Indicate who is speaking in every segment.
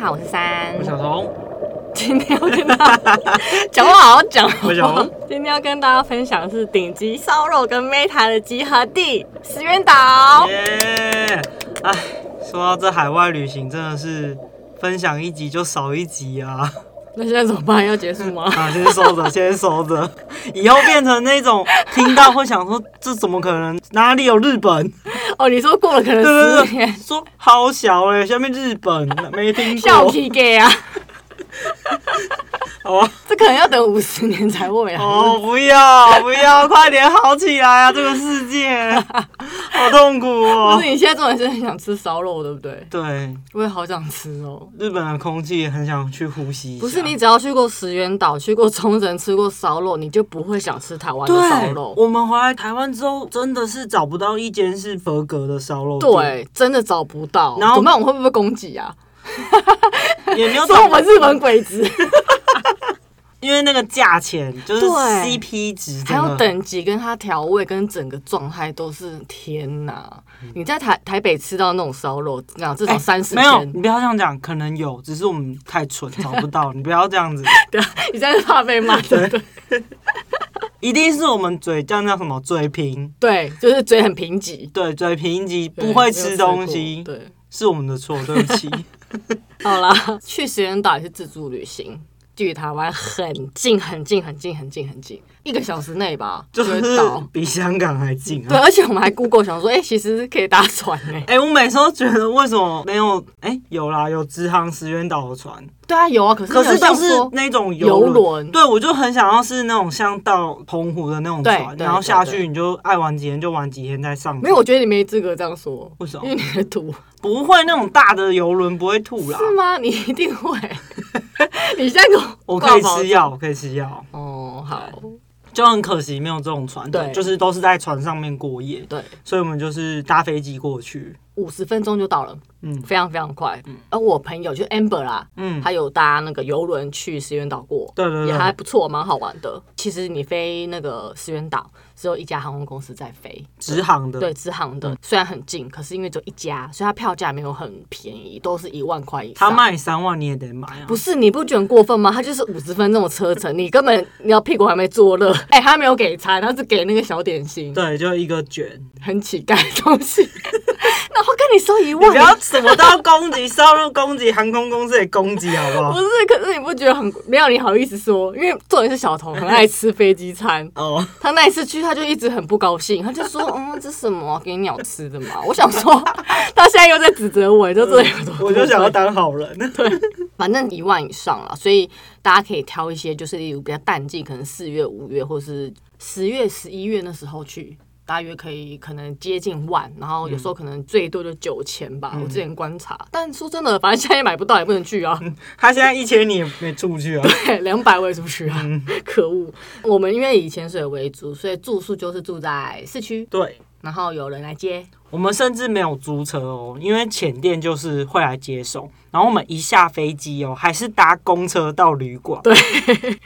Speaker 1: 好，我是三。
Speaker 2: 我小童，
Speaker 1: 今天要跟大家 讲话好好讲
Speaker 2: 我小红。
Speaker 1: 今天要跟大家分享的是顶级烧肉跟 Meta 的集合地——石原岛。
Speaker 2: 耶！哎，说到这海外旅行，真的是分享一集就少一集啊！
Speaker 1: 那现在怎么办？要结束吗？
Speaker 2: 啊，先收着，先收着，以后变成那种听到会想说，这怎么可能？哪里有 日本？
Speaker 1: 哦，你说过了可能
Speaker 2: 对
Speaker 1: 十
Speaker 2: 对哦对，
Speaker 1: 年，
Speaker 2: 说好小嘞、下面日本没听
Speaker 1: 笑
Speaker 2: 过，
Speaker 1: 屁给啊！
Speaker 2: 好啊！
Speaker 1: 这可能要等五十年才会啊。
Speaker 2: 哦，不要不要，快点好起来啊！这个 世界好痛苦
Speaker 1: 不
Speaker 2: 哦
Speaker 1: 是，。你现在重点是很想吃烧肉，对不对？
Speaker 2: 对，
Speaker 1: 我也好想吃哦。
Speaker 2: 日本的空气很想去呼吸一下。
Speaker 1: 不是你只要去过石原岛、去过冲绳吃过烧肉，你就不会想吃台湾的烧肉。
Speaker 2: 我们回来台湾之后，真的是找不到一间是合格的烧肉店，
Speaker 1: 对，真的找不到。
Speaker 2: 然后
Speaker 1: 怎么办？我们会不会被攻击啊？
Speaker 2: 也没有
Speaker 1: 说我
Speaker 2: 找，
Speaker 1: 们日本鬼子，
Speaker 2: 因为那个价钱就是
Speaker 1: 对
Speaker 2: CP 值，
Speaker 1: 还有，等级跟它调味跟整个状态都是天哪！你在台台北吃到那种烧肉，那至
Speaker 2: 哎
Speaker 1: 少三十
Speaker 2: 没有，
Speaker 1: 天，
Speaker 2: 你不要这样讲，可能有，只是我们太蠢找不到，你不要这样 子，
Speaker 1: 对啊，你在怕被骂，对不对？
Speaker 2: 一定是我们嘴叫那叫什么嘴贫，
Speaker 1: 对，就是嘴很贫瘠，
Speaker 2: 对，嘴贫及
Speaker 1: 对
Speaker 2: 不
Speaker 1: 没
Speaker 2: 会
Speaker 1: 有
Speaker 2: 吃
Speaker 1: 过
Speaker 2: 东西，
Speaker 1: 对，
Speaker 2: 是我们的错，对不 起。
Speaker 1: 好啦， 去石原岛也是自助旅行，距台湾很近很近很近很近很近，一个小时内吧，
Speaker 2: 就
Speaker 1: 会
Speaker 2: 是
Speaker 1: 到。
Speaker 2: 比香港还近
Speaker 1: 对，
Speaker 2: 啊！
Speaker 1: 而且我们还 Google 想说，哎、其实可以搭船呢、
Speaker 2: 哎、我每次都觉得为什么没有？哎、有啦，有直航石原岛的船，
Speaker 1: 对啊，有啊，可是
Speaker 2: 可
Speaker 1: 没有
Speaker 2: 是
Speaker 1: 像
Speaker 2: 都是
Speaker 1: 说
Speaker 2: 那种
Speaker 1: 游
Speaker 2: 轮，
Speaker 1: 轮
Speaker 2: 对我就很想要是那种像到澎湖的那种
Speaker 1: 对
Speaker 2: 船，
Speaker 1: 对
Speaker 2: 然后
Speaker 1: 对
Speaker 2: 下
Speaker 1: 对
Speaker 2: 去你就爱玩几天就玩几天再上船。
Speaker 1: 没有，我觉得你没资格这样说，
Speaker 2: 为什么
Speaker 1: 因为你的图
Speaker 2: 不会那种大的游轮不会吐啦，
Speaker 1: 是吗？你一定会， 你现在给我
Speaker 2: 我可以
Speaker 1: 挂保
Speaker 2: 吃药，我可以吃药，
Speaker 1: 哦，好，
Speaker 2: 就很可惜没有这种船，
Speaker 1: 对
Speaker 2: 就是都是在船上面过夜，
Speaker 1: 对，
Speaker 2: 所以我们就是搭飞机过去。
Speaker 1: 五十分钟就到了，
Speaker 2: 嗯
Speaker 1: 非常非常快。而我朋友就 Amber 啦，
Speaker 2: 嗯，
Speaker 1: 他有搭那个游轮去石原岛过，
Speaker 2: 对对
Speaker 1: 也
Speaker 2: 对
Speaker 1: 还不错，蛮好玩的。其实你飞那个石原岛，只有一家航空公司在飞，
Speaker 2: 直航的，
Speaker 1: 对，直航
Speaker 2: 嗯
Speaker 1: 的，虽然很近，可是因为只有一家，所以它票价没有很便宜，都是一万块以
Speaker 2: 他
Speaker 1: 上。
Speaker 2: 卖三万你也得买啊。
Speaker 1: 不是你不觉得很过分吗？他就是五十分钟的车程，你根本你要屁股还没坐热， 哎、他没有给餐，他是给那个小点心，
Speaker 2: 对，就一个卷，
Speaker 1: 很乞丐的东西， 然后跟你收一
Speaker 2: 你
Speaker 1: 万，
Speaker 2: 不要什么都要攻击，烧肉攻击，航空公司也攻击，好 不
Speaker 1: 不
Speaker 2: 好？
Speaker 1: 是，可是你不觉得很没有你好意思说？因为重点是小童很爱吃飞机餐，
Speaker 2: 哦，
Speaker 1: 他那一次去他就一直很不高兴，他就 说：“嗯，这什么给鸟吃的嘛？”我想说， 他现在又在指责我，就这有多
Speaker 2: 我就想要
Speaker 1: 过分
Speaker 2: 当好人。
Speaker 1: 反正一万以上了，所以大家可以挑一些，就是例如比较淡季，可能四月、五月或是十月、十一月那时候去，大约可以可能接近万，然后有时候可能最多就九千吧。我之前观察，但说真的，反正现在也买不到，也不能去啊，
Speaker 2: 他现在一千你也没出去啊。
Speaker 1: 两百我也出不去啊，可恶！我们因为以潜水为主，所以住宿就是住在市区，
Speaker 2: 对，
Speaker 1: 然后有人来接，
Speaker 2: 我们甚至没有租车哦，因为浅店就是会来接送，然后我们一下飞机哦，还是搭公车到旅馆。对，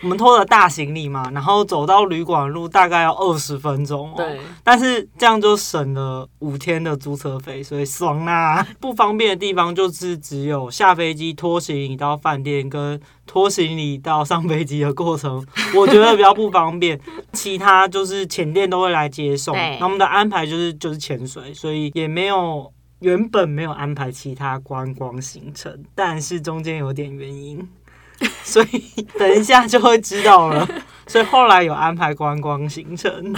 Speaker 2: 我们拖着大行李嘛，然后走到旅馆的路大概要二十分钟哦。
Speaker 1: 对，
Speaker 2: 但是这样就省了五天的租车费，所以爽啦、 不方便的地方就是只有下飞机拖行李到饭店跟拖行李到上飞机的过程，我觉得比较不方便。其他就是前店都会来接送，
Speaker 1: 对
Speaker 2: 然后我们的安排就是就是潜水，所以也没有。原本没有安排其他观光行程，但是中间有点原因， 所以等一下就会知道了。所以后来有安排观光行程，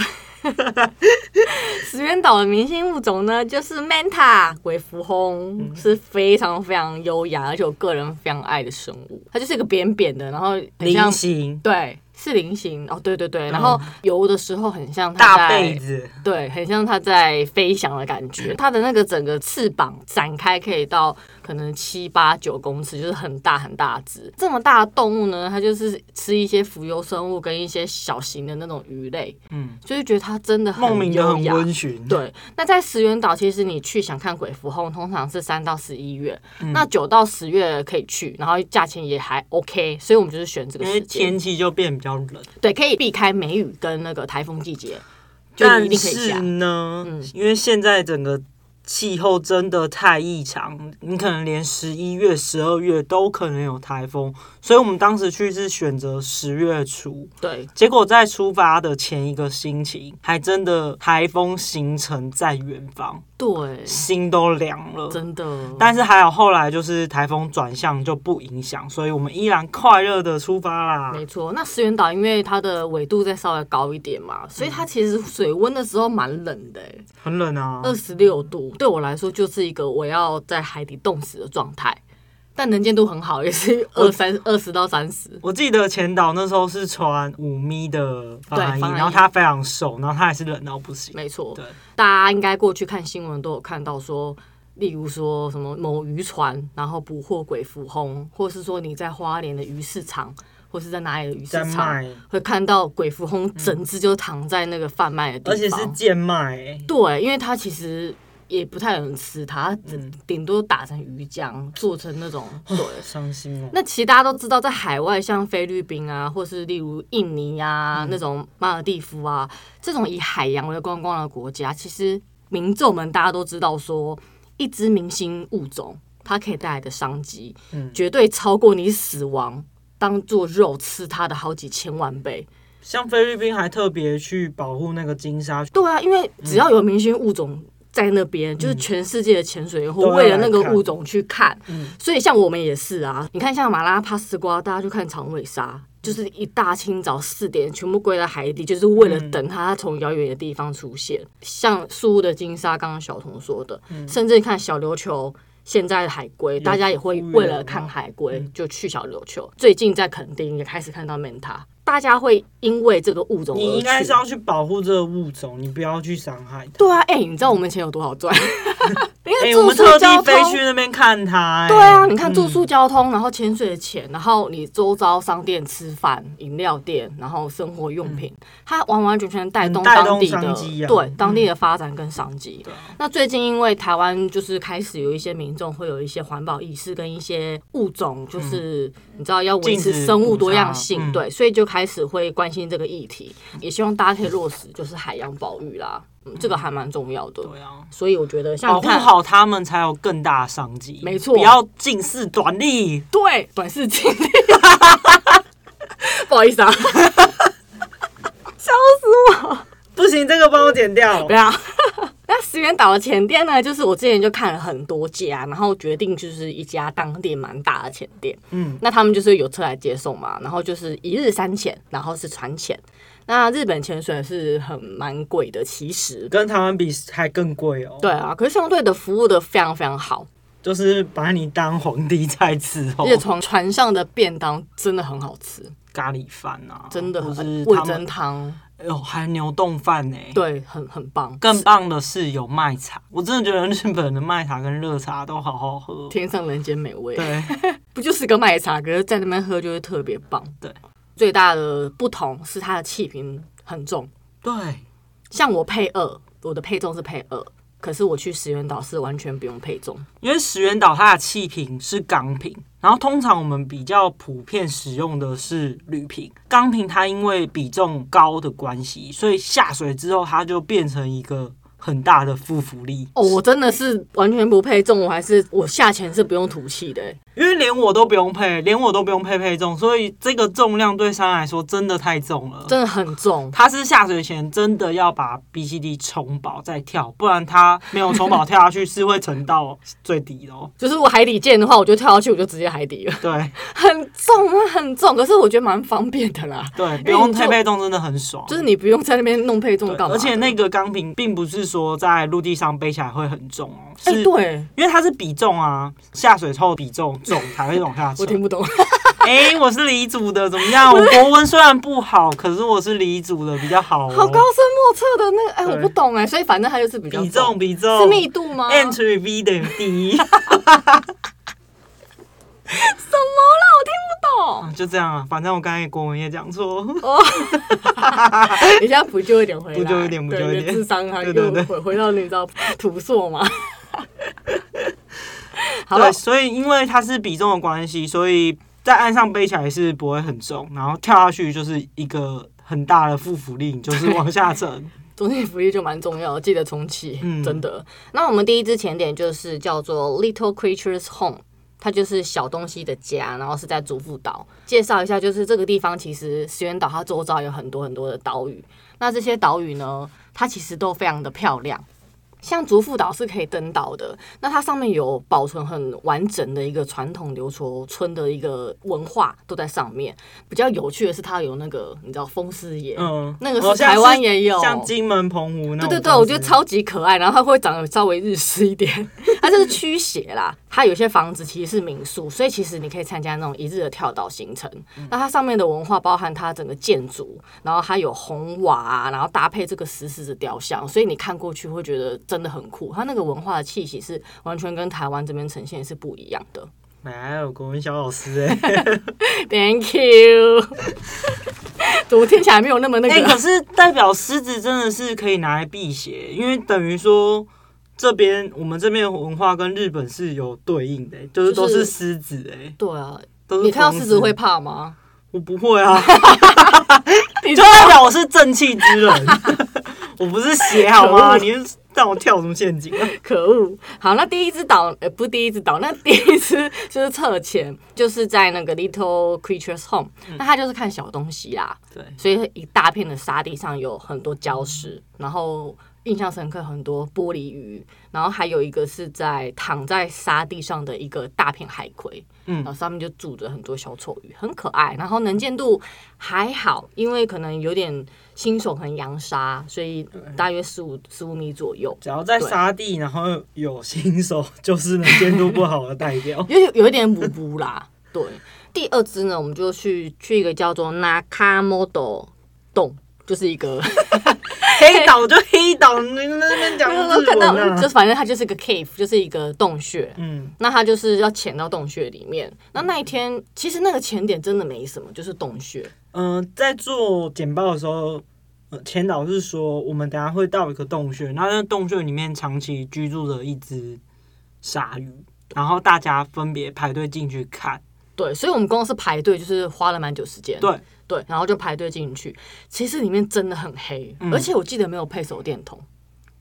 Speaker 1: 石原岛的明星物种呢，就是 manta 鬼蝠轰，
Speaker 2: 嗯
Speaker 1: 是非常非常优雅，而且我个人非常爱的生物。它就是一个扁扁的，然后 很像
Speaker 2: 菱形嗯
Speaker 1: 对，是菱形哦，对对对。然后游的时候很像它
Speaker 2: 大被
Speaker 1: 在
Speaker 2: 子，
Speaker 1: 对，很像它在飞翔的感觉。它的那个整个翅膀展开可以到可能七八九公尺，就是很大很大只。这么大的动物呢，它就是吃一些浮游生物跟一些小型的那种鱼类，
Speaker 2: 嗯，
Speaker 1: 就是觉得它真的很
Speaker 2: 莫名的
Speaker 1: 优
Speaker 2: 很
Speaker 1: 雅
Speaker 2: 温驯，，
Speaker 1: 对，那在石原岛，其实你去想看鬼蝠后，通常是三到十一月，
Speaker 2: 嗯
Speaker 1: 那九到十月可以去，然后价钱也还 OK，所以我们就是选这个
Speaker 2: 因
Speaker 1: 时
Speaker 2: 为
Speaker 1: 间，
Speaker 2: 天气就变比较冷。
Speaker 1: 对，可以避开梅雨跟那个台风季节，就你一
Speaker 2: 但
Speaker 1: 定可以下嗯
Speaker 2: 是。呢，因为现在整个气候真的太异常，你可能连十一月、十二月都可能有台风，所以我们当时去是选择十月初，
Speaker 1: 对，
Speaker 2: 结果在出发的前一个星期，还真的台风形成在远方，
Speaker 1: 对，
Speaker 2: 心都凉了。
Speaker 1: 真的。
Speaker 2: 但是还有后来就是台风转向就不影响，所以我们依然快乐的出发啦。
Speaker 1: 没错，那石原岛因为它的纬度再稍微高一点嘛，所以
Speaker 2: 嗯
Speaker 1: 它其实水温的时候蛮冷的、欸，
Speaker 2: 很冷啊，
Speaker 1: 二十六度，对我来说就是一个我要在海底冻死的状态。但能见度很好，也是二三二十到三十。
Speaker 2: 我记得前导那时候是穿五米的防寒
Speaker 1: 对
Speaker 2: 衣，
Speaker 1: 防寒衣
Speaker 2: 然后他非常瘦，然后他还是冷到不行。
Speaker 1: 没错，
Speaker 2: 对，
Speaker 1: 大家应该过去看新闻都有看到说，例如说什么某渔船然后捕获鬼蝠轰，或是说你在花莲的鱼市场，或是在哪里的鱼市
Speaker 2: 在
Speaker 1: 场，
Speaker 2: 卖，
Speaker 1: 会看到鬼蝠轰整只就躺在那个贩卖的地方，
Speaker 2: 而且是贱卖、欸
Speaker 1: 对，因为它其实也不太有人吃它，它只
Speaker 2: 嗯
Speaker 1: 顶多打成鱼浆，做成那种对。
Speaker 2: 伤心哦。
Speaker 1: 那其实大家都知道，在海外像菲律宾啊，或是例如印尼啊、那种马尔蒂夫啊，这种以海洋为观光的国家，其实民众们大家都知道说，一只明星物种它可以带来的商机，
Speaker 2: 嗯
Speaker 1: 绝对超过你死亡当做肉吃它的好几千万倍。
Speaker 2: 像菲律宾还特别去保护那个金沙，
Speaker 1: 对啊，因为只
Speaker 2: 嗯
Speaker 1: 要有明星物种在那边，就是全世界的潜水员会
Speaker 2: 都要
Speaker 1: 为了那个
Speaker 2: 来看
Speaker 1: 物种去看。
Speaker 2: 嗯
Speaker 1: 所以像我们也是啊，你看像马拉帕斯瓜，大家去看长尾
Speaker 2: 嗯
Speaker 1: 鲨，就是一大清早四点全部归到海底，就是为了等它从遥远的地方出现。像树屋的金鲨，刚刚小童说的，
Speaker 2: 嗯
Speaker 1: 甚至你看小琉球。现在的海龟，大家也会
Speaker 2: 忽略
Speaker 1: 为
Speaker 2: 了
Speaker 1: 了看海龟
Speaker 2: 嗯
Speaker 1: 就去小琉球。最近在垦丁也开始看到 manta，大家会因为这个物种而
Speaker 2: 你应该
Speaker 1: 去
Speaker 2: 是要去保护这个物种，你不要去伤害它。
Speaker 1: 对啊，哎、你知道我们钱有多少赚？ 因为
Speaker 2: 哎、我
Speaker 1: 住
Speaker 2: 们
Speaker 1: 宿
Speaker 2: 特
Speaker 1: 交
Speaker 2: 地
Speaker 1: 通，
Speaker 2: 飞去那边看它、欸
Speaker 1: 对啊，你看住宿、交通，然后潜水的钱，然后你周遭商店、吃饭、饮料店，然后生活用品，它完完全全带动
Speaker 2: 嗯带动
Speaker 1: 当地的、
Speaker 2: 商机啊
Speaker 1: 对
Speaker 2: 嗯
Speaker 1: 当地的发展跟商机。
Speaker 2: 对啊
Speaker 1: 那最近因为台湾就是开始有一些民众会有一些环保意识跟一些物种，就是你知道要维
Speaker 2: 禁
Speaker 1: 持
Speaker 2: 嗯止
Speaker 1: 生物
Speaker 2: 捕
Speaker 1: 多样
Speaker 2: 杀
Speaker 1: 性，
Speaker 2: 嗯
Speaker 1: 对，所以就开始会关心这个议题，也希望大家可以落实就是海洋保育啦，嗯、这个还蛮重要的。
Speaker 2: 对啊，
Speaker 1: 所以我觉得像
Speaker 2: 保
Speaker 1: 你
Speaker 2: 护
Speaker 1: 看，
Speaker 2: 好它们才有更大的商机。
Speaker 1: 没错
Speaker 2: 不要近视短利。
Speaker 1: 对短视近利， 不好意思啊，
Speaker 2: 不行，这个帮我剪掉
Speaker 1: 不。要。啊 那石原岛的前店呢，就是我之前就看了很多家，然后决定就是一家当地蛮大的前店，
Speaker 2: 嗯，
Speaker 1: 那他们就是有车来接送嘛，然后就是一日三潜，然后是船潜。那日本潜水是很蛮贵的，其实
Speaker 2: 跟台湾比还更贵哦。
Speaker 1: 对，啊，可是相对的服务的非常非常好，
Speaker 2: 就是把你当皇帝在伺候
Speaker 1: 而。且从船上的便当真的很好吃，
Speaker 2: 咖喱饭啊，
Speaker 1: 真的
Speaker 2: 或
Speaker 1: 很
Speaker 2: 是
Speaker 1: 味
Speaker 2: 他
Speaker 1: 增
Speaker 2: 们
Speaker 1: 哦汤，
Speaker 2: 哦，还有牛冻饭呢。。
Speaker 1: 对，很很棒，
Speaker 2: 更棒的是有麦茶，我真的觉得日本的麦茶跟热茶都好好喝。
Speaker 1: 天上人间美味，
Speaker 2: 对，
Speaker 1: 不就是个麦茶，可是在那边喝就会特别棒。
Speaker 2: 对，
Speaker 1: 最大的不同是它的气瓶很重，
Speaker 2: 对，
Speaker 1: 像我配二，我的配重是配二，可是我去石原岛是完全不用配重。
Speaker 2: 因为石原岛它的气瓶是钢瓶，然后通常我们比较普遍使用的是铝瓶。钢瓶它因为比重高的关系，所以下水之后它就变成一个很大的负浮力。
Speaker 1: 哦，我真的是完全不配重，我还是我下潜是不用吐气的、欸。
Speaker 2: 因为连我都不用配，连我都不用配配重，所以这个重量对山来说真的太重了。
Speaker 1: 真的很重。
Speaker 2: 它是下水前真的要把 B C D 充饱再跳，不然它没有充饱跳下去是会沉到最底 的哦。
Speaker 1: 就是我海底见的话，我就跳下去，我就直接海底了，
Speaker 2: 对
Speaker 1: 很重啊，很重。可是我觉得蛮方便的啦，
Speaker 2: 对，不
Speaker 1: 因为
Speaker 2: 用
Speaker 1: 你就
Speaker 2: 配配重真的很爽。
Speaker 1: 就是你不用在那边弄配重
Speaker 2: 对
Speaker 1: 干嘛。
Speaker 2: 而且那个钢瓶并不是说在陆地上背起来会很重哦，
Speaker 1: 哎、
Speaker 2: 是
Speaker 1: 对
Speaker 2: 因为它是比重啊，下水后比重重才会往下
Speaker 1: 我听
Speaker 2: 沉。
Speaker 1: 不懂，
Speaker 2: 哎、我是黎族的，怎么样？我国文虽然不好，可是我是黎族的，比较好、哦。
Speaker 1: 好高深莫测的那个，哎、我
Speaker 2: 对
Speaker 1: 不懂哎、所以反正它就是比较
Speaker 2: 比重比重
Speaker 1: 是密度吗？
Speaker 2: n t V 等于 D，
Speaker 1: 什么啦？我听
Speaker 2: 就这样啊。反正我刚才国文也讲错，
Speaker 1: 哦不懂。你现在补救一点回来，
Speaker 2: 补救一点补
Speaker 1: 对
Speaker 2: 救一点
Speaker 1: 你的智商啊，
Speaker 2: 对对
Speaker 1: 又
Speaker 2: 对
Speaker 1: 回回到你知道土硕 嘛？好了
Speaker 2: 对，，所以因为它是比重的关系，所以在岸上背起来是不会很重，然后跳下去就是一个很大的负浮力，你就是往下沉。
Speaker 1: 中间福利就蛮重要的，记得重启，
Speaker 2: 嗯
Speaker 1: 真的。那我们第一支前点就是叫做 Little Creatures Home。它就是小东西的家，然后是在主妇岛。介绍一下，就是这个地方其实石原岛它周遭有很多很多的岛屿，那这些岛屿呢，它其实都非常的漂亮。像竹富岛是可以登岛的，那它上面有保存很完整的一个传统琉球村的一个文化都在上面。比较有趣的是，它有那个你知道风狮爷，
Speaker 2: 嗯，
Speaker 1: 那个是
Speaker 2: 哦像
Speaker 1: 台湾也有
Speaker 2: 像金门、澎湖那
Speaker 1: 对对
Speaker 2: 种。
Speaker 1: 对，我觉得。超级可爱，然后它会长得稍微日式一点， 它就是驱邪啦。它有些房子其实是民宿，所以其实你可以参加那种一日的跳岛行程。那它上面的文化包含它整个建筑，然后它有红瓦、啊，然后搭配这个石狮子雕像，所以你看过去会觉得真的很酷。它那个文化的气息是完全跟台湾这边呈现是不一样 的。
Speaker 2: 哎呦，国文小老师 哎、
Speaker 1: Thank you，怎么听起来没有那么那
Speaker 2: 哎、
Speaker 1: 个？
Speaker 2: 可是代表狮子真的是可以拿来辟邪，因为等于说这边我们这边的文化跟日本是有对应的、欸就是
Speaker 1: 就
Speaker 2: 都
Speaker 1: 是
Speaker 2: 是狮子哎、
Speaker 1: 对啊，
Speaker 2: 都是
Speaker 1: 你看到
Speaker 2: 黄
Speaker 1: 狮子会怕吗？
Speaker 2: 我不会 啊，
Speaker 1: 你
Speaker 2: 就代表我是正气之 人，我不是邪好吗？
Speaker 1: 可 恶
Speaker 2: 你是让我跳什么陷阱啊？
Speaker 1: 可恶！好，那第一只岛，呃，不是第一只岛，那第一只 就是侧前，就是在那个 Little Creatures Home，、那它就是看小东西啦，
Speaker 2: 嗯对，
Speaker 1: 所以一大片的沙地上有很多礁石，然后印象深刻很多玻璃鱼，然后还有一个是在躺在沙地上的一个大片海葵，
Speaker 2: 嗯
Speaker 1: 然后上面就住着很多小丑鱼，很可爱，然后能见度还好，因为可能有点新手可能扬沙，所以大约十五十五米左右。
Speaker 2: 只要在
Speaker 1: 对。
Speaker 2: 沙地，然后有新手，就是能监督不好的代表
Speaker 1: 有有一点补补啦。对，第二支呢，我们就去去一个叫做 Nakamoto 洞，就是一个，
Speaker 2: 黑岛就黑岛，你那边 讲日
Speaker 1: 看到
Speaker 2: 文
Speaker 1: 就
Speaker 2: 啊。
Speaker 1: 是反正它就是个 cave，就是一个洞穴。
Speaker 2: 嗯，
Speaker 1: 那它就是要潜到洞穴里面。那那一天，其实那个潜点真的没什么，就是洞穴。
Speaker 2: 嗯、在做简报的时候，呃前导是说我们等下会到一个洞穴，那那洞穴里面长期居住着一只鲨鱼，然后大家分别排队进去看。
Speaker 1: 对，所以我们公司排队就是花了蛮久时间。
Speaker 2: 对
Speaker 1: 对，然后就排队进去。其实里面真的很黑，
Speaker 2: 嗯
Speaker 1: 而且我记得没有配手电筒。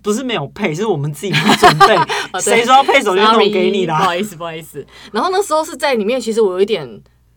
Speaker 2: 不是没有配，是我们自己不准 备。
Speaker 1: 哦对
Speaker 2: 谁说要配手电筒给你的
Speaker 1: Sorry，不
Speaker 2: 啊、
Speaker 1: 好意思，不好意思。然后那时候是在里面，其实我有一点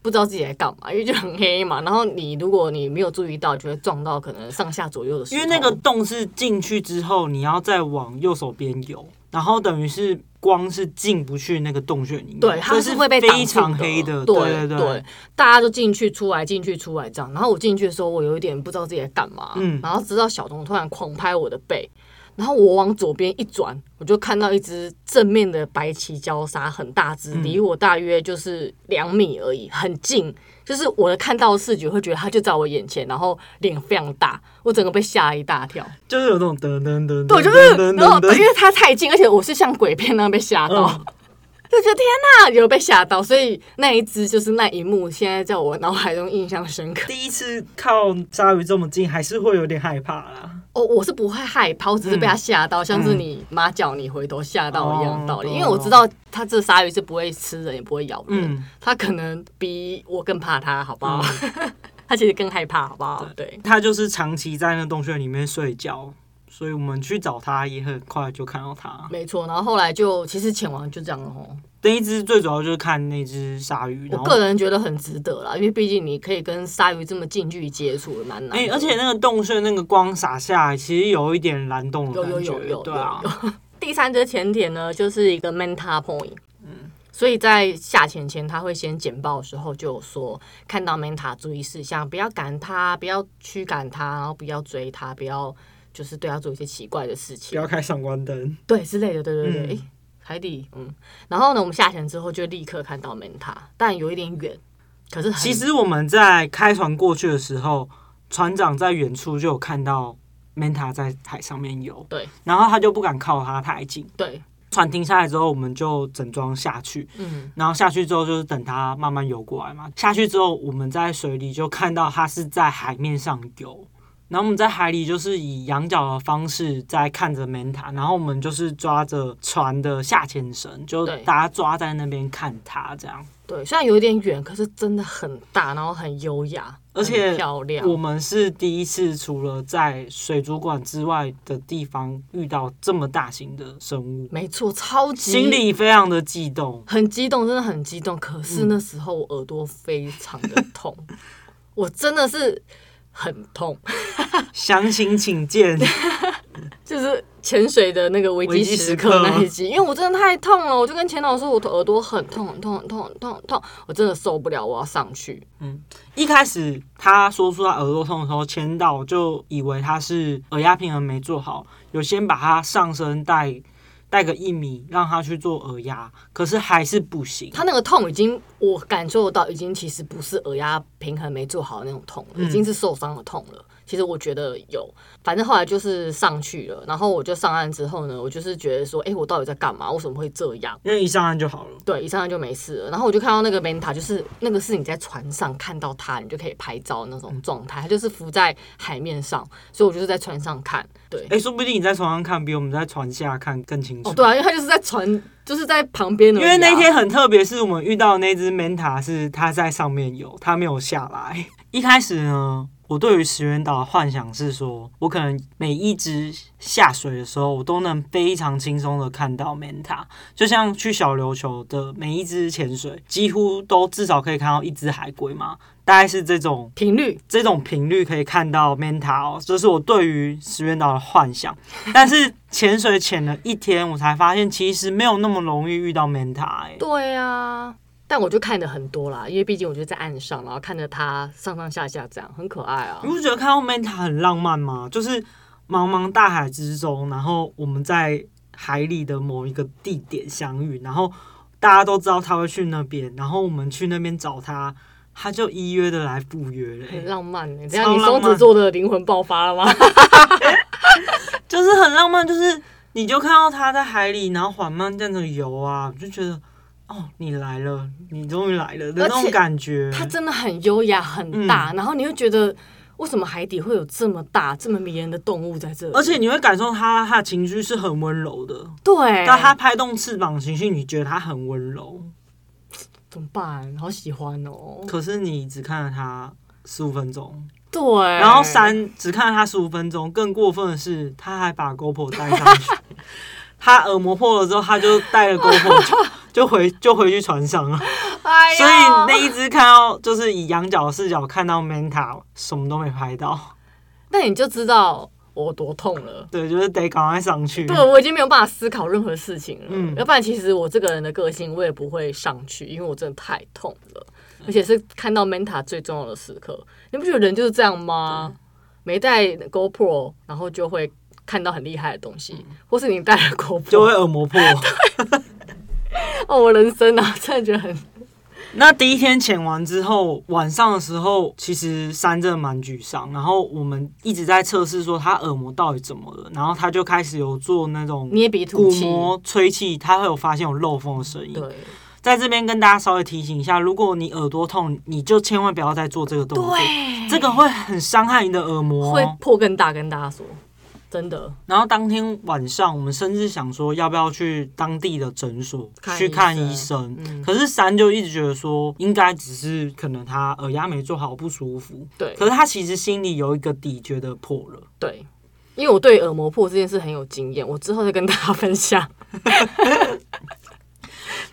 Speaker 1: 不知道自己在干嘛，因为就很黑嘛。然后你如果你没有注意到，就会撞到可能上下左右的石头
Speaker 2: 因为那个洞是进去之后，你要再往右手边游，然后等于是光是进不去那个洞穴里面，
Speaker 1: 对，
Speaker 2: 所
Speaker 1: 它
Speaker 2: 以
Speaker 1: 是
Speaker 2: 是
Speaker 1: 会被挡住
Speaker 2: 非常黑的，
Speaker 1: 对
Speaker 2: 对
Speaker 1: 对
Speaker 2: 对，
Speaker 1: 大家就进去出来，进去出来这样。然后我进去的时候，我有一点不知道自己在干嘛，
Speaker 2: 嗯
Speaker 1: 然后直到小童突然狂拍我的背。然后我往左边一转，我就看到一只正面的白鳍礁鲨，很大只，
Speaker 2: 嗯
Speaker 1: 离我大约就是两米而已，很近。就是我的看到的视觉会觉得它就在我眼前，然后脸非常大，我整个被吓一大跳。
Speaker 2: 就是有那种噔噔噔，
Speaker 1: 对，我就
Speaker 2: 噔
Speaker 1: 是，
Speaker 2: 噔
Speaker 1: 然后呃
Speaker 2: 噔
Speaker 1: 因
Speaker 2: 噔，
Speaker 1: 为它太近，而且我是像鬼片那样被吓 到，
Speaker 2: 嗯
Speaker 1: 就觉得天哪，有被吓到，所以那一只就是那一幕，现在在我脑海中印象深刻。
Speaker 2: 第一次靠鲨鱼这么近，还是会有点害怕啦。
Speaker 1: 哦，我是不会害怕，我只是被它
Speaker 2: 嗯
Speaker 1: 吓到，像是你妈叫你回头吓到一样的道理。
Speaker 2: 哦
Speaker 1: 因为我知道它这鲨鱼是不会吃人，也不会咬人，
Speaker 2: 嗯，
Speaker 1: 它可能比我更怕它，好不好？ 它其实更害怕，好不好？对，
Speaker 2: 它就是长期在那洞穴里面睡觉，所以我们去找它也很快就看到它。
Speaker 1: 没错。然后后来就其实潜完就这样了吼。
Speaker 2: 那一只最主要就是看那只鲨鱼，
Speaker 1: 我
Speaker 2: 然后
Speaker 1: 个人觉得很值得啦，因为毕竟你可以跟鲨鱼这么近距离接触，蛮难的。
Speaker 2: 哎、而且那个洞穴那个光洒下来，其实有一点蓝洞的
Speaker 1: 有
Speaker 2: 感
Speaker 1: 有
Speaker 2: 觉，
Speaker 1: 有有
Speaker 2: 对啊，
Speaker 1: 有有第三则潜点呢，就是一个 menta point。所
Speaker 2: 嗯
Speaker 1: 以在下潜前，他会先简报的时候就有说，看到 menta 注意事项，不要赶它，不要驱赶它，然后不要追它，不要就是对它做一些奇怪的事
Speaker 2: 不
Speaker 1: 情，
Speaker 2: 要开闪光灯。
Speaker 1: 对之类的，对对对。
Speaker 2: 嗯
Speaker 1: 诶海底，嗯。然后呢，我们下潜之后就立刻看到 menta，但有一点远，可是很
Speaker 2: 其实我们在开船过去的时候，船长在远处就有看到 Manta 在海上面游，
Speaker 1: 对，
Speaker 2: 然后他就不敢靠他太近。
Speaker 1: 对，
Speaker 2: 船停下来之后，我们就整装下去，
Speaker 1: 嗯，
Speaker 2: 然后下去之后就是等它慢慢游过来嘛。下去之后，我们在水里就看到它是在海面上游，然后我们在海里就是以仰角的方式在看着棉塔，然后我们就是抓着船的下潜绳，就
Speaker 1: 对
Speaker 2: 大家抓在那边看它这样。
Speaker 1: 对，虽然有点远，可是真的很大，然后很优雅，
Speaker 2: 而且
Speaker 1: 很漂亮。
Speaker 2: 我们是第一次除了在水族馆之外的地方遇到这么大型的生物，
Speaker 1: 没错，超级
Speaker 2: 心里非常的激动。
Speaker 1: 很激动，真的很激动。可
Speaker 2: 嗯
Speaker 1: 是那时候我耳朵非常 的痛，我真的是很痛，
Speaker 2: 详情请见
Speaker 1: 就是潜水的那个危
Speaker 2: 危
Speaker 1: 机
Speaker 2: 机
Speaker 1: 时
Speaker 2: 时
Speaker 1: 刻
Speaker 2: 刻
Speaker 1: 那一集，因为我真的太痛了，我就跟前导说，我的耳朵很痛，很痛，很痛，很痛，很痛，我真的受不了，我要上去。
Speaker 2: 一开始他说出他耳朵痛的时候，千岛就以为他是耳压平衡没做好，有先把他上身带带个一米，让他去做耳压，可是还是不行。
Speaker 1: 他那个痛已经，我感受到已经其实不是耳压平衡没做好的那种痛了，已经是受伤的痛了。其实我觉得有，反正后来就是上去了，然后我就上岸之后呢，我就是觉得说，哎、我到底在干嘛？为什么会这样？
Speaker 2: 因为一上岸就好了，
Speaker 1: 对，一上岸就没事了。然后我就看到那个 manta，就是那个是你在船上看到它，你就可以拍照的那种状态，它就是浮在海面上，所以我就是在船上看。对，
Speaker 2: 哎、说不定你在床上看比我们在船下看更清楚。
Speaker 1: 哦对啊，因为它就是在船，就是在旁边而已
Speaker 2: 因
Speaker 1: 啊、
Speaker 2: 为那天很特别，是我们遇到的那只 Manta 是它在上面游，它没有下来。一开始呢，我对于石原岛的幻想是说，我可能每一只下水的时候，我都能非常轻松的看到 Manta，就像去小琉球的每一只潜水，几乎都至少可以看到一只海龟嘛，大概是这种
Speaker 1: 频率
Speaker 2: 这种频率可以看到 Manta 哦，这是我对于石原岛的幻想。 但是潜水潜了一天，我才发现其实没有那么容易遇到 Manta 哎、
Speaker 1: 对啊，但我就看的很多啦，因为毕竟我就在岸上，然后看着它上上下下这样，很可爱啊
Speaker 2: 你。不觉得看到 Manta 很浪漫吗？就是茫茫大海之中，然后我们在海里的某一个地点相遇，然后大家都知道他会去那边，然后我们去那边找他，他就依约的来赴约嘞、
Speaker 1: 很浪漫呢、欸，这
Speaker 2: 超
Speaker 1: 样你双
Speaker 2: 浪漫
Speaker 1: 子座的灵魂爆发了 吗？
Speaker 2: 就是很浪漫，就是你就看到他在海里，然后缓慢这样子游啊，就觉得哦，你来了，你终于来了的
Speaker 1: 而且
Speaker 2: 那种感觉。
Speaker 1: 它真的很优雅，很大，然后你会觉得为什么海底会有这么大、这么迷人的动物在这里？
Speaker 2: 而且你会感受他他的情绪是很温柔的，
Speaker 1: 对，
Speaker 2: 但他拍动翅膀的情绪，你觉得他很温柔，
Speaker 1: 怎么办？好喜欢哦。
Speaker 2: 可是你只看了他十五分钟，
Speaker 1: 对，
Speaker 2: 然后三只看了他十五分钟，更过分的是他还把 GoPro 带上 去，他耳膜破了之后，他就带了 GoPro 就就回就回去船上了。
Speaker 1: 哎
Speaker 2: 所以
Speaker 1: 呀，
Speaker 2: 那一只看到就是以仰角视角看到 Manta，什么都没拍到，
Speaker 1: 那你就知道我多痛了。
Speaker 2: 对，就是得赶快上去
Speaker 1: 对，。我已经没有办法思考任何事情了。
Speaker 2: 嗯
Speaker 1: 要不然，其实我这个人的个性，我也不会上去，因为我真的太痛了，而且是看到 Manta 最重要的时刻。你不觉得人就是这样吗？没带 GoPro，然后就会看到很厉害的东西，或是你带了 GoPro，
Speaker 2: 嗯就会耳膜破。
Speaker 1: 哦，我人生啊，真的觉得很
Speaker 2: 那第一天潜完之后，晚上的时候，其实山真的蛮沮丧。然后我们一直在测试说他耳膜到底怎么了，然后他就开始有做那种
Speaker 1: 捏鼻吐
Speaker 2: 鼓
Speaker 1: 气。
Speaker 2: 膜吹气，他会有发现有漏风的声音。
Speaker 1: 对
Speaker 2: 在这边跟大家稍微提醒一下，如果你耳朵痛，你就千万不要再做这个动作，
Speaker 1: 对，
Speaker 2: 这个会很伤害你的耳膜哦。
Speaker 1: 会破更大，跟大家说，真的。
Speaker 2: 然后当天晚上，我们甚至想说要不要去当地的诊所
Speaker 1: 看
Speaker 2: 去
Speaker 1: 医
Speaker 2: 看
Speaker 1: 生
Speaker 2: 医生。
Speaker 1: 嗯
Speaker 2: 可是三就一直觉得说，应该只是可能他耳压没做好不舒服。
Speaker 1: 对
Speaker 2: 可是他其实心里有一个底，觉得破了。
Speaker 1: 对，因为我对耳膜破这件事很有经验，我之后再跟大家分享。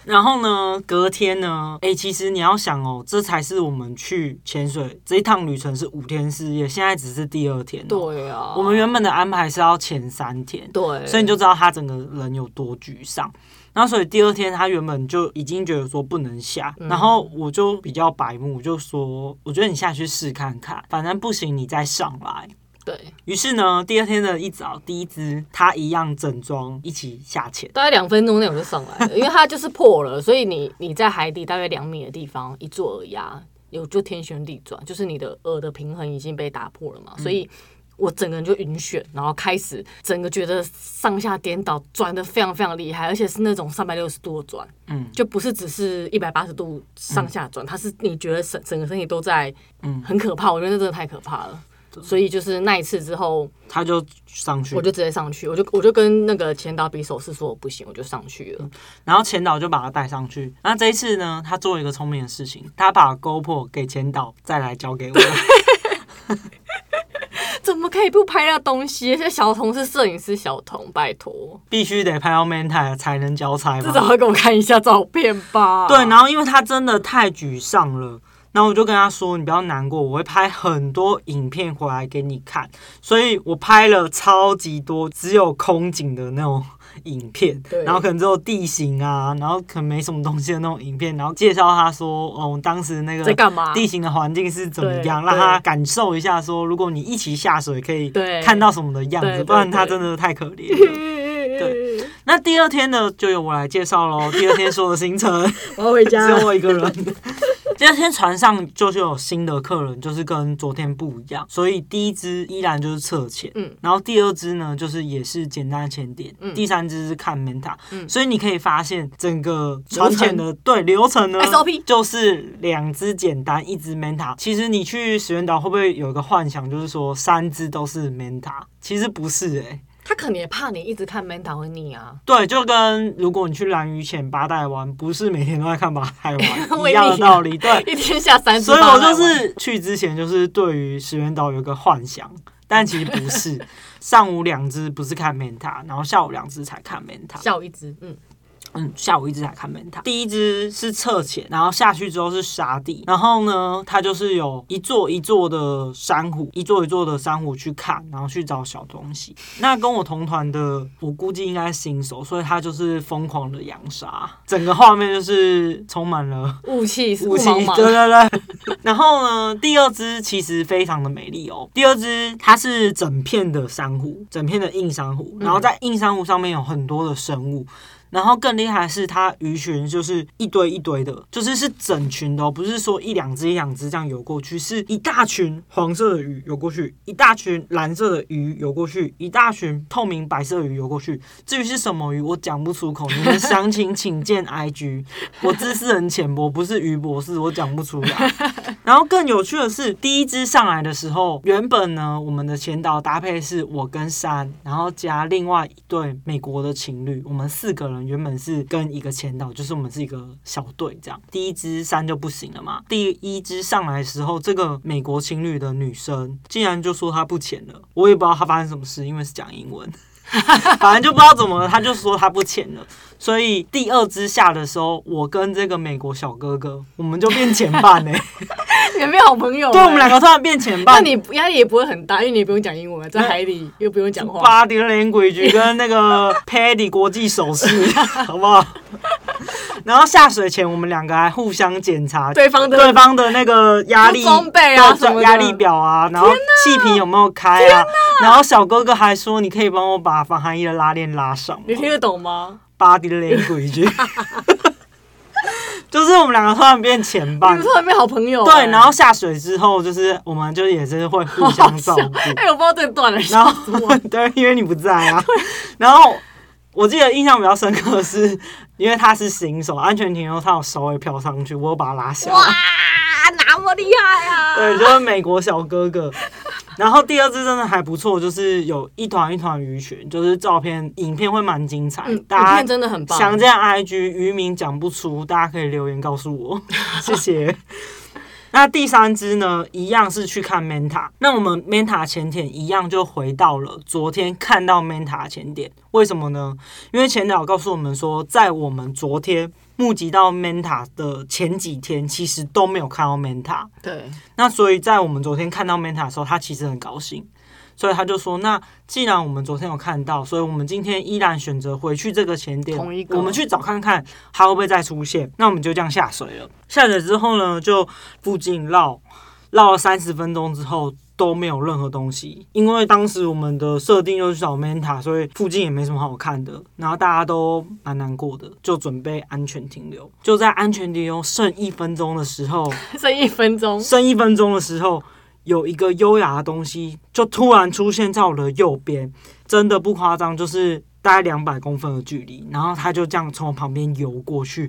Speaker 2: 然后呢，隔天呢，哎、其实你要想哦，这才是我们去潜水这一趟旅程是五天四夜，现在只是第二天、哦。
Speaker 1: 对啊，
Speaker 2: 我们原本的安排是要前三天，
Speaker 1: 对，
Speaker 2: 所以你就知道他整个人有多沮丧。然后所以第二天他原本就已经觉得说不能下，
Speaker 1: 嗯
Speaker 2: 然后我就比较白目，我就说我觉得你下去试看看，反正不行你再上来。
Speaker 1: 对，
Speaker 2: 于是呢，第二天的一早，第一只它一样整装一起下潜，
Speaker 1: 大概两分钟内我就上来了，因为它就是破了，所以你你在海底大约两米的地方一做耳压，啊有就天旋地转，就是你的耳的平衡已经被打破了嘛，所以。我整个人就晕眩，然后开始整个觉得上下颠倒，转的非常非常厉害，而且是那种三百六十度的转，
Speaker 2: 嗯，
Speaker 1: 就不是只是一百八十度上下转，它是你觉得整整个身体都在，嗯，很可怕，我觉得那真的太可怕了。所以就是那一次之后，
Speaker 2: 他就上去
Speaker 1: 我，就直接上去，我就我就跟那个前导比手势说我不行，我就上去了。
Speaker 2: 然后前导就把他带上去。那这一次呢，他做一个聪明的事情，他把 GoPro 给前导，再来交 给我。
Speaker 1: 怎么可以不拍那东西？这小童是摄影师小童，拜托，
Speaker 2: 必须得拍到 man 台才能交差
Speaker 1: 至
Speaker 2: 吧？
Speaker 1: 少要给我看一下照片吧。
Speaker 2: 对， 然后因为他真的太沮丧了，然后我就跟他说：“你不要难过，我会拍很多影片回来给你看。”所以我拍了超级多只有空景的那种影片
Speaker 1: 对，
Speaker 2: 然后可能只有地形啊，然后可能没什么东西的那种影片，然后介绍他说：“哦，当时那
Speaker 1: 在
Speaker 2: 个。”
Speaker 1: 干嘛？
Speaker 2: 地形的环境是怎么样，
Speaker 1: 对
Speaker 2: 让他感受一下说如果你一起下水可以
Speaker 1: 对
Speaker 2: 看到什么的样
Speaker 1: 对对
Speaker 2: 子，不然他
Speaker 1: 对
Speaker 2: 真的太可怜了。
Speaker 1: 对，
Speaker 2: 那第二天呢，就由我来介绍喽。第二天说的行程，
Speaker 1: 我要回家
Speaker 2: 只有我一个人。第二天船上就是有新的客人，就是跟昨天不一样，所以第一只依然就是侧潜，
Speaker 1: 嗯，
Speaker 2: 然后第二只呢就是也是简单潜点，
Speaker 1: 嗯
Speaker 2: 第三只是看 menta，、
Speaker 1: 嗯
Speaker 2: 所以你可以发现整个船潜的对流程呢
Speaker 1: SOP
Speaker 2: 就是两只简单，一只 menta。其实你去石原岛会不会有一个幻想，就是说三只都是 menta？其实不是诶、欸
Speaker 1: 他可能也怕你一直看 Manta 会腻啊。
Speaker 2: 对，就跟如果你去蓝屿潜八代湾，不是每天都在看八代
Speaker 1: 我
Speaker 2: 湾
Speaker 1: 也
Speaker 2: 一样
Speaker 1: 一
Speaker 2: 的
Speaker 1: 样
Speaker 2: 道理，对。
Speaker 1: 一天下 三次，
Speaker 2: 所以我就是去之前就是对于石原岛有一个幻想，但其实不是。上午两只不是看 Menta，然后下午两只才看 Menta。
Speaker 1: 笑一只，嗯，
Speaker 2: 嗯，下午一只才看 Menta。第一只是侧潜，然后下去之后是沙地，然后呢，它就是有一座一座的珊瑚，一座一座的珊瑚去看，然后去找小东西。那跟我同团的，我估计应该是新手，所以他就是疯狂的扬沙，整个画面就是充满了。
Speaker 1: 雾气雾
Speaker 2: 武器，
Speaker 1: 茫
Speaker 2: 对
Speaker 1: 茫，
Speaker 2: 对对。 然后呢，第二只其实非常的美丽哦。第二只它是整片的珊瑚，整片的硬珊瑚，然后在硬珊瑚上面有很多的生物。然后更厉害的是，它鱼群就是一堆一堆的，就是是整群的、哦，不是说一两只一两只这样游过去，是一大群黄色的鱼游过去，一大群蓝色的鱼游过去，一大群透明白色的鱼游过去。至于是什么鱼，我讲不出口，你们详情请见 IG。我 知识很浅薄，不是鱼博士，我讲不出来。然后更有趣的是，第一只上来的时候，原本呢，我们的前导搭配是我跟山，然后加另外一对美国的情侣，我们四个人原本是跟一个前导，就是我们是一个小队这样。第一只山就不行了嘛，第一只上来的时候，这个美国情侣的女生竟然就说她不潜了，我也不知道她发生什么事，因为是讲英文。 反正就不知道怎么了，她就说她不潜了，所以第二只下的时候，我跟这个美国小哥哥，我们就变前欸伴呢、
Speaker 1: 也没有好朋友欸。
Speaker 2: 对我们两个突然变前
Speaker 1: 那
Speaker 2: 半，
Speaker 1: 你压力也不会很大，因为你也不用讲英文啊，在海里又不用讲话。
Speaker 2: 八点零规矩跟 那个 Paddy 国际手势， 好不好？然后下水前，我们两个还互相检查
Speaker 1: 对方的
Speaker 2: 对方的那个压力
Speaker 1: 装备啊
Speaker 2: 对
Speaker 1: 什么的
Speaker 2: 压力表啊，然后气瓶有没有开啊？然后小哥哥还说：“你可以帮我把防寒衣的拉链拉上吗
Speaker 1: 你听得懂吗？
Speaker 2: ？”Body language，就是我们两个突然变前
Speaker 1: 你
Speaker 2: 半
Speaker 1: 们。说没有好朋友欸、
Speaker 2: 对，然后下水之后，就是我们就也是会互相照顾。
Speaker 1: 哎、我不知道这段了，
Speaker 2: 然
Speaker 1: 笑死我
Speaker 2: 后 对，因为你不在啊。 然后我记得印象比较深刻的是，因为他是新手，安全停留他有稍微飘上去，我有把他拉下 来。
Speaker 1: 哇，那么厉害啊！
Speaker 2: 对，就是美国小哥哥。然后第二只真的还不错，就是有一团一团鱼群，就是照片、影片会蛮精彩。
Speaker 1: 嗯，影
Speaker 2: 大
Speaker 1: 片
Speaker 2: 家
Speaker 1: 真的很棒。
Speaker 2: 想这样 IG 渔民讲不出，大家可以留言告 诉我，谢谢。那第三只呢，一样是去看 Manta。那我们 Manta 潜点一样就回到了昨天看到 Manta 潜点，为什么呢？因为前导告诉我们说，在我们昨天募集到 Manta 的前几天，其实都没有看到 Manta。
Speaker 1: 对，
Speaker 2: 那所以在我们昨天看到 Manta 的时候，他其实很高兴，所以他就说：“那既然我们昨天有看到，所以我们今天依然选择回去这个前点，
Speaker 1: 同一个
Speaker 2: 我们去找看看它会不会再出现。”那我们就这样下水了。下水之后呢，就附近绕绕了三十分钟之后。都没有任何东西，因为当时我们的设定就是找 Manta，所以附近也没什么好看的，然后大家都蛮难过的，就准备安全停留。就在安全停留剩一分钟的时候，
Speaker 1: 剩一分钟，
Speaker 2: 剩一分钟的时候，有一个优雅的东西就突然出现在我的右边，真的不夸张，就是大概两百公分的距离，然后它就这样从我旁边游过去，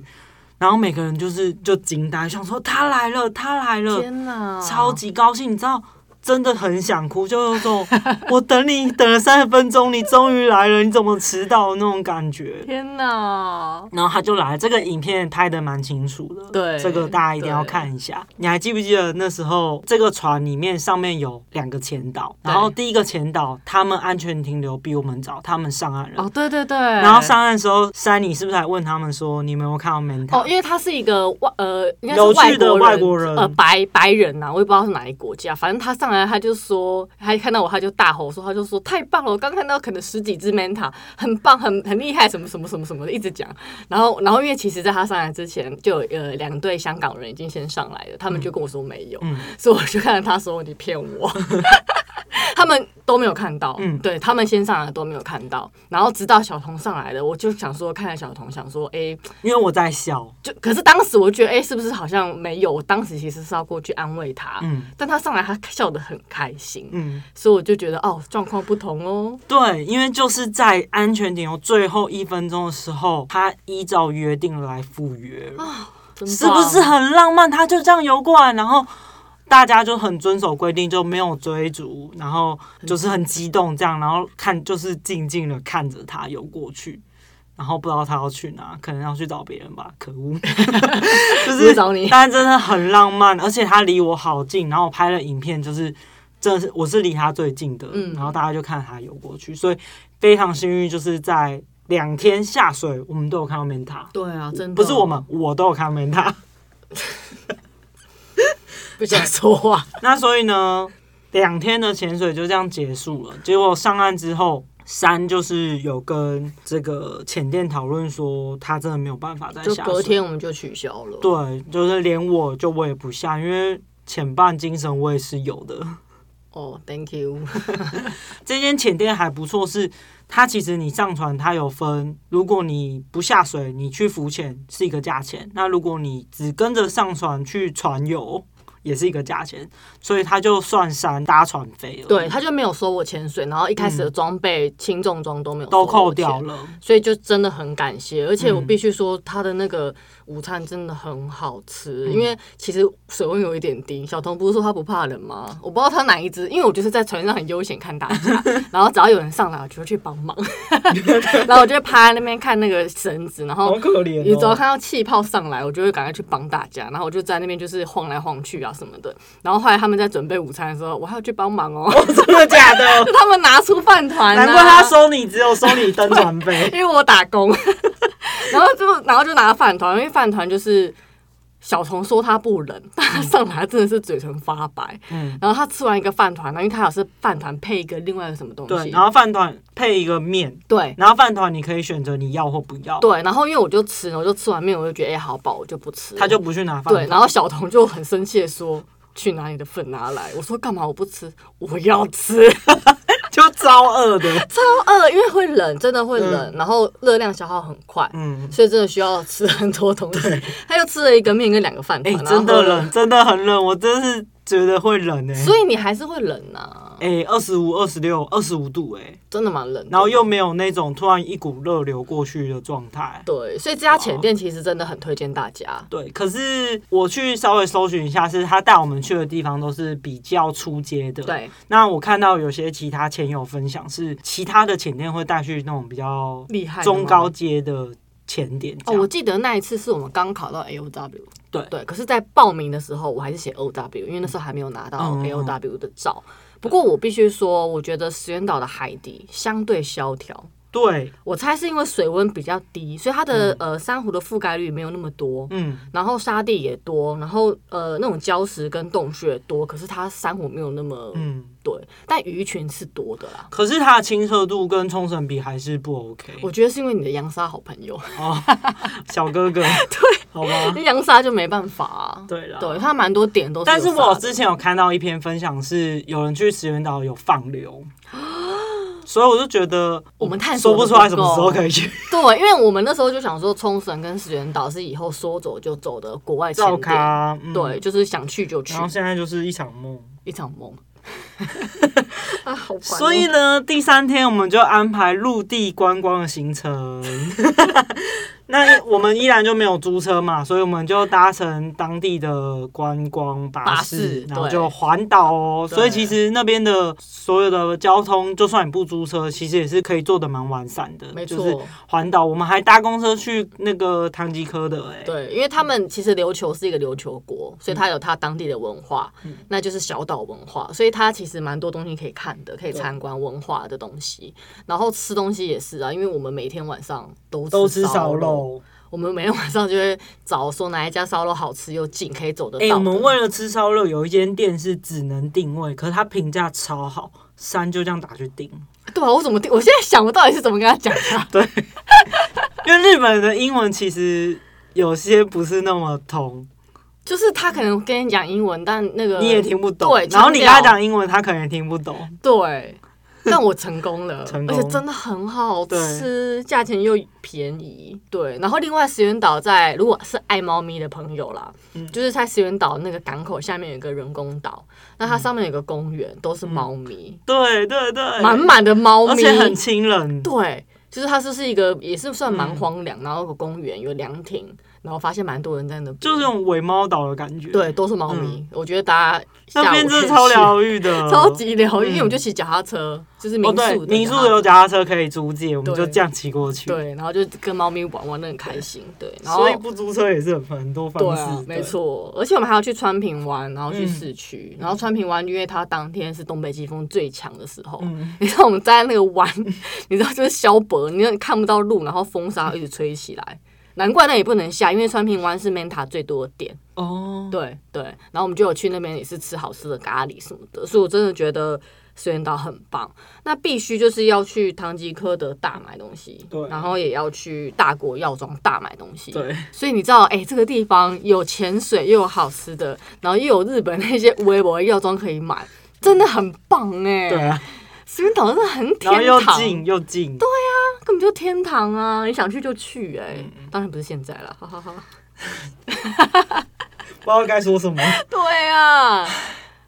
Speaker 2: 然后每个人就是就惊呆，想说它来了，它来了，
Speaker 1: 天哪，
Speaker 2: 超级高兴，你知道。真的很想哭，就有种我等你等了三十分钟，你终于来了，你怎么迟到那种感觉。
Speaker 1: 天哪！
Speaker 2: 然后他就来了，这个影片拍的蛮清楚的，
Speaker 1: 对
Speaker 2: 这个大家一定要
Speaker 1: 对
Speaker 2: 看一下。你还记不记得那时候这个船里面上面有两个前导，然后
Speaker 1: 对
Speaker 2: 第一个前导他们安全停留比我们早，他们上岸了。
Speaker 1: 哦，对对对，
Speaker 2: 然
Speaker 1: 然
Speaker 2: 后上岸的时候，山里是不是还问他们说，你们有没有看到 Manta？、
Speaker 1: 哦，因为他是一个外呃，应该是
Speaker 2: 有趣的
Speaker 1: 外
Speaker 2: 外国人
Speaker 1: 呃，白白人呐、我也不知道是哪一国家，反正他上来他就说，他一看到我他就大吼说，他就说太棒了，我刚看到可能十几只 manta，很棒，很很厉害，什么什么什么什么的，一直讲。然后然后因为其实在他上来之前，就有呃两对香港人已经先上来了，他们就跟我说没有，
Speaker 2: 嗯
Speaker 1: 所以我就看着他说你骗我。 他们都没有看到，
Speaker 2: 嗯
Speaker 1: 对他们先上来的都没有看到，然后直到小童上来了，我就想说看着小童，想说，哎、
Speaker 2: 因为我在笑，
Speaker 1: 就可是当时我觉得，哎、是不是好像没有？我当时其实是要过去安慰他，
Speaker 2: 嗯
Speaker 1: 但他上来他笑得很开心，
Speaker 2: 嗯，
Speaker 1: 所以我就觉得哦，状况不同哦。
Speaker 2: 对，因为就是在安全停留最后一分钟的时候，他依照约定来赴约了，
Speaker 1: 真
Speaker 2: 是不是
Speaker 1: 棒？
Speaker 2: 很浪漫？他就这样游过来，然后。大家就很遵守规定，就没有追逐，然后就是很激动这样，然后看就是静静的看着他游过去，然后不知道他要去哪，可能要去找别人吧，可 恶，就
Speaker 1: 不
Speaker 2: 是
Speaker 1: 是找你，
Speaker 2: 但真的很浪漫，而且他离我好近，然后我拍了影片，就是真的是我是离他最近的，
Speaker 1: 嗯
Speaker 2: 然后大家就看他游过去，所以非常幸运，就是在两天下水，我们都有看到 Menta，
Speaker 1: 对啊，真的
Speaker 2: 嗯不是我，们，我都有看到 Menta。
Speaker 1: 不想说 话。
Speaker 2: 那所以呢，两天的潜水就这样结束了。结果上岸之后，山就是有跟这个潜店讨论说，他真的没有办法再
Speaker 1: 就
Speaker 2: 下水，
Speaker 1: 隔天我们就取消了。
Speaker 2: 对，就是连我就我也不下，因为潜伴精神我也是有的。
Speaker 1: 哦、t h a n k you。
Speaker 2: 这间浅店还不错，是它其实你上船它有分，如果你不下水，你去浮潜是一个价钱；那如果你只跟着上船去船游，也是一个价钱，所以它就算山搭船费了，
Speaker 1: 对，，他就没有收我潜水，然后一开始的装备、轻重装都没有收
Speaker 2: 都
Speaker 1: 我
Speaker 2: 扣
Speaker 1: 钱
Speaker 2: 掉，了。
Speaker 1: 所以就真的很感谢。而且我
Speaker 2: 嗯
Speaker 1: 必须说，他的那个午餐真的很好吃，
Speaker 2: 嗯
Speaker 1: 因为其实水温有一点低。小童不是说他不怕冷吗？我不知道他哪一只，因为我就是在船上很悠闲看大家， 然后只要有人上来，我就会去帮忙， 然后我就会趴在那边看那个绳子，然后。
Speaker 2: 可怜哦
Speaker 1: 你只要看到气泡上来，我就会赶快去帮大家，然后我就在那边就是晃来晃去啊什么的。然后后来他们在准备午餐的时候，我还要去帮忙哦，
Speaker 2: 真的假 的？
Speaker 1: 就他们拿出饭团、啊，。
Speaker 2: 难怪他收你只有收你登船费
Speaker 1: 因为我打工，然后就然后就拿饭团，因为饭团就是小童说他不冷，但他上来真的是嘴唇发白，
Speaker 2: 嗯，
Speaker 1: 然后他吃完一个饭团，然后因为他好像是饭团配一个另外一个什么东
Speaker 2: 对，
Speaker 1: 西
Speaker 2: 然，后饭团配一个面，
Speaker 1: 对。
Speaker 2: 然后饭团你可以选择你要或不要，
Speaker 1: 对，然后因为我就吃，我就吃完面，我就觉得哎、好饱，我就不吃了。
Speaker 2: 他就不去拿饭
Speaker 1: 对，
Speaker 2: 团。
Speaker 1: 然后小童就很生气的说：“去拿你的份拿来。”我说：“干嘛？我不吃，我要吃。”
Speaker 2: 就超饿的。
Speaker 1: 饿，因为会冷，真的会冷，然后热量消耗很快，
Speaker 2: 嗯，
Speaker 1: 所以真的需要吃很多东西。 他又吃了一个面跟两个饭
Speaker 2: 哎、
Speaker 1: 团，然后
Speaker 2: 真的
Speaker 1: 喝了
Speaker 2: 冷，真的很冷，我真是觉得会冷哎、
Speaker 1: 所以你还是会冷啊，
Speaker 2: 哎，二十五、二十六、二十五度哎、
Speaker 1: 真的蛮冷的。
Speaker 2: 然后又没有那种突然一股热流过去的状态。
Speaker 1: 对，所以这家浅店其实真的很推荐大家。
Speaker 2: 对，可是我去稍微搜寻一下，是他带我们去的地方都是比较出街的。，
Speaker 1: 对，
Speaker 2: 那我看到有些其他前友分享是其他的浅店会带去那种比较
Speaker 1: 厉害的吗
Speaker 2: 中高阶的浅点。
Speaker 1: 哦，我记得那一次是我们刚考到 A O W，
Speaker 2: 对
Speaker 1: 对，可是，在报名的时候我还是写 O W，因为那时候还没有拿到
Speaker 2: 嗯嗯嗯
Speaker 1: A O W 的照。不过我必须说，我觉得石原岛的海底相对萧条，
Speaker 2: 对，
Speaker 1: 我猜是因为水温比较低，所以它的、呃珊瑚的覆盖率没有那么多。
Speaker 2: 嗯，
Speaker 1: 然后沙地也多，然后呃那种礁石跟洞穴也多，可是它珊瑚没有那么、
Speaker 2: 嗯
Speaker 1: 对，但鱼群是多的啦。
Speaker 2: 可是它的清澈度跟冲绳比还是不 OK。
Speaker 1: 我觉得是因为你的扬沙好朋友，
Speaker 2: 哦，小哥哥，对，好吧，
Speaker 1: 扬沙就没办法、啊。
Speaker 2: 对啦。
Speaker 1: 对，它蛮多点都是有
Speaker 2: 但
Speaker 1: 沙
Speaker 2: 是
Speaker 1: 的。
Speaker 2: 我之前有看到一篇分享，是有人去石原岛有放流，所以我就觉得
Speaker 1: 我们啊探索得
Speaker 2: 说不
Speaker 1: 不
Speaker 2: 出来什么时候
Speaker 1: 够
Speaker 2: 可 以去
Speaker 1: 对，因为我们那时候就想说，冲绳跟石垣岛是以后说走就走的国外
Speaker 2: 照
Speaker 1: 景点。
Speaker 2: 咖。嗯
Speaker 1: 对，，就是想去就去
Speaker 2: 然，后现在就是一场梦。
Speaker 1: 一场梦。 啊，好烦哦
Speaker 2: 所 以呢，第三天我们就安排陆地观光的行程。那我们依然就没有租车嘛，所以我们就搭乘当地的观光巴
Speaker 1: 巴
Speaker 2: 士
Speaker 1: 士，
Speaker 2: 然后
Speaker 1: 对
Speaker 2: 就环岛哦。
Speaker 1: 对
Speaker 2: 所以其实那边的所有的交通，就算你不租车，其实也是可以做的蛮完善的。
Speaker 1: 没
Speaker 2: 就是
Speaker 1: 错，
Speaker 2: 环岛，我们还搭公车去那个唐吉诃德、欸，哎，
Speaker 1: 对，因为他们其实琉球是一个琉球国，所以它有它当地的文化，
Speaker 2: 嗯
Speaker 1: 那就是小岛文化，所以它其实蛮多东西可以看的，可以参观文化的东西。然后吃东西也是啊，因为我们每天晚上都
Speaker 2: 都吃
Speaker 1: 烧
Speaker 2: 烧，肉。
Speaker 1: 我们每天晚上就会找说哪一家烧肉好吃又近，可以走得
Speaker 2: 哎、
Speaker 1: 到
Speaker 2: 我们
Speaker 1: 的。
Speaker 2: 为了吃烧肉，有一间店是只能定位，可是它评价超好，三就这样打去订，
Speaker 1: 对啊，我怎么定我现在想我到底是怎么跟他讲啊？
Speaker 2: 因为日本的英文其实有些不是那么通，
Speaker 1: 就是他可能跟你讲英文，但那个
Speaker 2: 你也听不懂，
Speaker 1: 对
Speaker 2: 然后你
Speaker 1: 腔
Speaker 2: 跟他
Speaker 1: 调
Speaker 2: 讲英文，他可能也听不懂，
Speaker 1: 对，但我成功了，
Speaker 2: 成
Speaker 1: 而且
Speaker 2: 功
Speaker 1: 真的很好吃，价钱又便宜。对，然后另外石原岛在如果是爱猫咪的朋友啦，
Speaker 2: 嗯
Speaker 1: 就是在石原岛那个港口下面有一个人工岛，那它上面有个公园，都是猫咪，
Speaker 2: 对对对，
Speaker 1: 满满的猫
Speaker 2: 嗯而
Speaker 1: 咪，
Speaker 2: 且很亲人，
Speaker 1: 对。就是它就是一个也是算蛮荒
Speaker 2: 嗯
Speaker 1: 凉，然后有个公园有凉亭，然后发现蛮多人在那边，
Speaker 2: 就是那种尾猫岛的感觉，，
Speaker 1: 对都是猫咪，我觉得大家
Speaker 2: 那
Speaker 1: 下
Speaker 2: 边
Speaker 1: 午
Speaker 2: 真
Speaker 1: 可
Speaker 2: 的
Speaker 1: 以
Speaker 2: 超
Speaker 1: 去
Speaker 2: 疗愈的，
Speaker 1: 超。级疗愈，
Speaker 2: 嗯
Speaker 1: 因为我们就骑脚踏车，就是民
Speaker 2: 哦，
Speaker 1: 宿的
Speaker 2: 对，民宿
Speaker 1: 脚踏车
Speaker 2: 有脚踏车可以租借，我们就
Speaker 1: 对
Speaker 2: 这样骑过去。，
Speaker 1: 对，然后就跟猫咪玩玩的很开心，对，然后
Speaker 2: 所以不租车也是有很多方
Speaker 1: 对
Speaker 2: 式。
Speaker 1: 啊，
Speaker 2: 对
Speaker 1: 没。错，而且我们还要去川平湾，然后去
Speaker 2: 嗯
Speaker 1: 市区，然后川平湾因为它当天是东北季风最强的时候，
Speaker 2: 嗯，
Speaker 1: 你知道我们站在那个湾， 你知道就是消薄，你又看不到路，然后风沙一直吹起来。难怪那也不能下，因为川平湾是 Manta 最多的点。
Speaker 2: 哦，
Speaker 1: 对对，然后我们就有去那边也是吃好吃的咖喱什么的，所以我真的觉得虽然岛很棒。那必须就是要去唐吉诃德大买东西，
Speaker 2: 对
Speaker 1: 然后也要去大国药妆大买东西，
Speaker 2: 对。
Speaker 1: 所以你知道，哎、这个地方有潜水，又有好吃的，然后又有日本那些微博药妆可以买，真的很棒哎、
Speaker 2: 对，啊，
Speaker 1: 石原岛真的很
Speaker 2: 然后
Speaker 1: 天
Speaker 2: 又
Speaker 1: 堂，
Speaker 2: 近又近，
Speaker 1: 根本就天堂啊！你想去就去哎、
Speaker 2: 嗯
Speaker 1: 当然不是现在了，哈哈哈。
Speaker 2: 不知道该说什么。
Speaker 1: 对啊，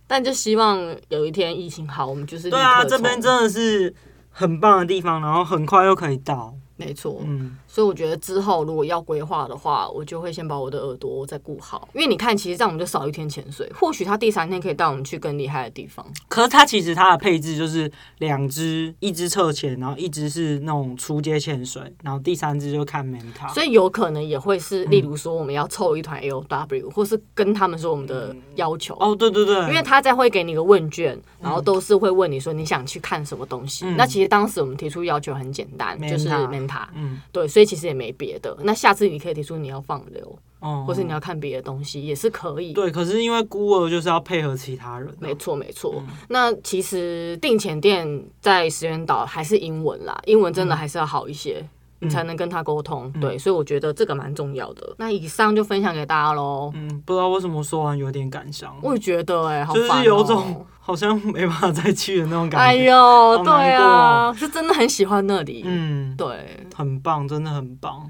Speaker 1: 但就希望有一天疫情好，我们就是
Speaker 2: 对啊，
Speaker 1: 立刻
Speaker 2: 这
Speaker 1: 冲
Speaker 2: 边真的是很棒的地方，然后很快又可以到。
Speaker 1: 没错。
Speaker 2: 嗯，
Speaker 1: 所以我觉得之后如果要规划的话，我就会先把我的耳朵再顾好，因为你看，其实这样我们就少一天潜水，或许他第三天可以带我们去更厉害的地方。
Speaker 2: 可是它其实它的配置就是两只，一只侧潜，然后一只是那种出街潜水，然后第三只就看 manta。
Speaker 1: 所以有可能也会是，例如说我们要凑一团 A O W，、或是跟他们说我们的要求，
Speaker 2: 嗯哦，嗯对对对，
Speaker 1: 因为他再会给你一个问卷，然后都是会问你说你想去看什么东西。
Speaker 2: 嗯
Speaker 1: 那其实当时我们提出要求很简单，就是
Speaker 2: Manta
Speaker 1: Menta，
Speaker 2: 嗯
Speaker 1: 对，所以其实也没别的。那下次你可以提出你要放流，
Speaker 2: 哦，
Speaker 1: 或是你要看别的东西，也是可以。
Speaker 2: 对，可是因为孤儿就是要配合其他人啊，
Speaker 1: 没错，没错。那其实定前店在石原岛还是英文啦，英文真的
Speaker 2: 嗯
Speaker 1: 还是要好一些，你才能跟他沟通。对，所以我觉得这个蛮重要的。那以上就分享给大家喽。
Speaker 2: 嗯，不知道为什么说完有点感伤，
Speaker 1: 我也觉得哎、好
Speaker 2: 嗯就
Speaker 1: 烦哦
Speaker 2: 是有种好像没办法再去的那种感
Speaker 1: 哎
Speaker 2: 觉。
Speaker 1: 呦，
Speaker 2: 难哦
Speaker 1: 对啊，是真的很喜欢那里。
Speaker 2: 嗯，
Speaker 1: 对，
Speaker 2: 很棒，真的很棒，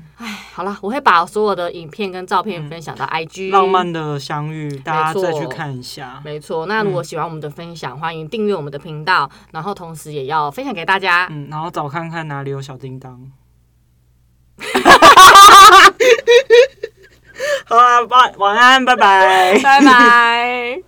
Speaker 1: 好啦，我会把所有的影片跟照片分享到 IG。
Speaker 2: 嗯浪漫的相遇，
Speaker 1: 嗯
Speaker 2: 大家
Speaker 1: 没错
Speaker 2: 再去看一下。
Speaker 1: 没错，那如果喜欢我们的分享，欢迎订阅我们的频道，然后同时也要分享给大家。
Speaker 2: 嗯，然后找看看哪里有小叮 当。啊好啦，晚晚安，拜拜。
Speaker 1: 拜拜。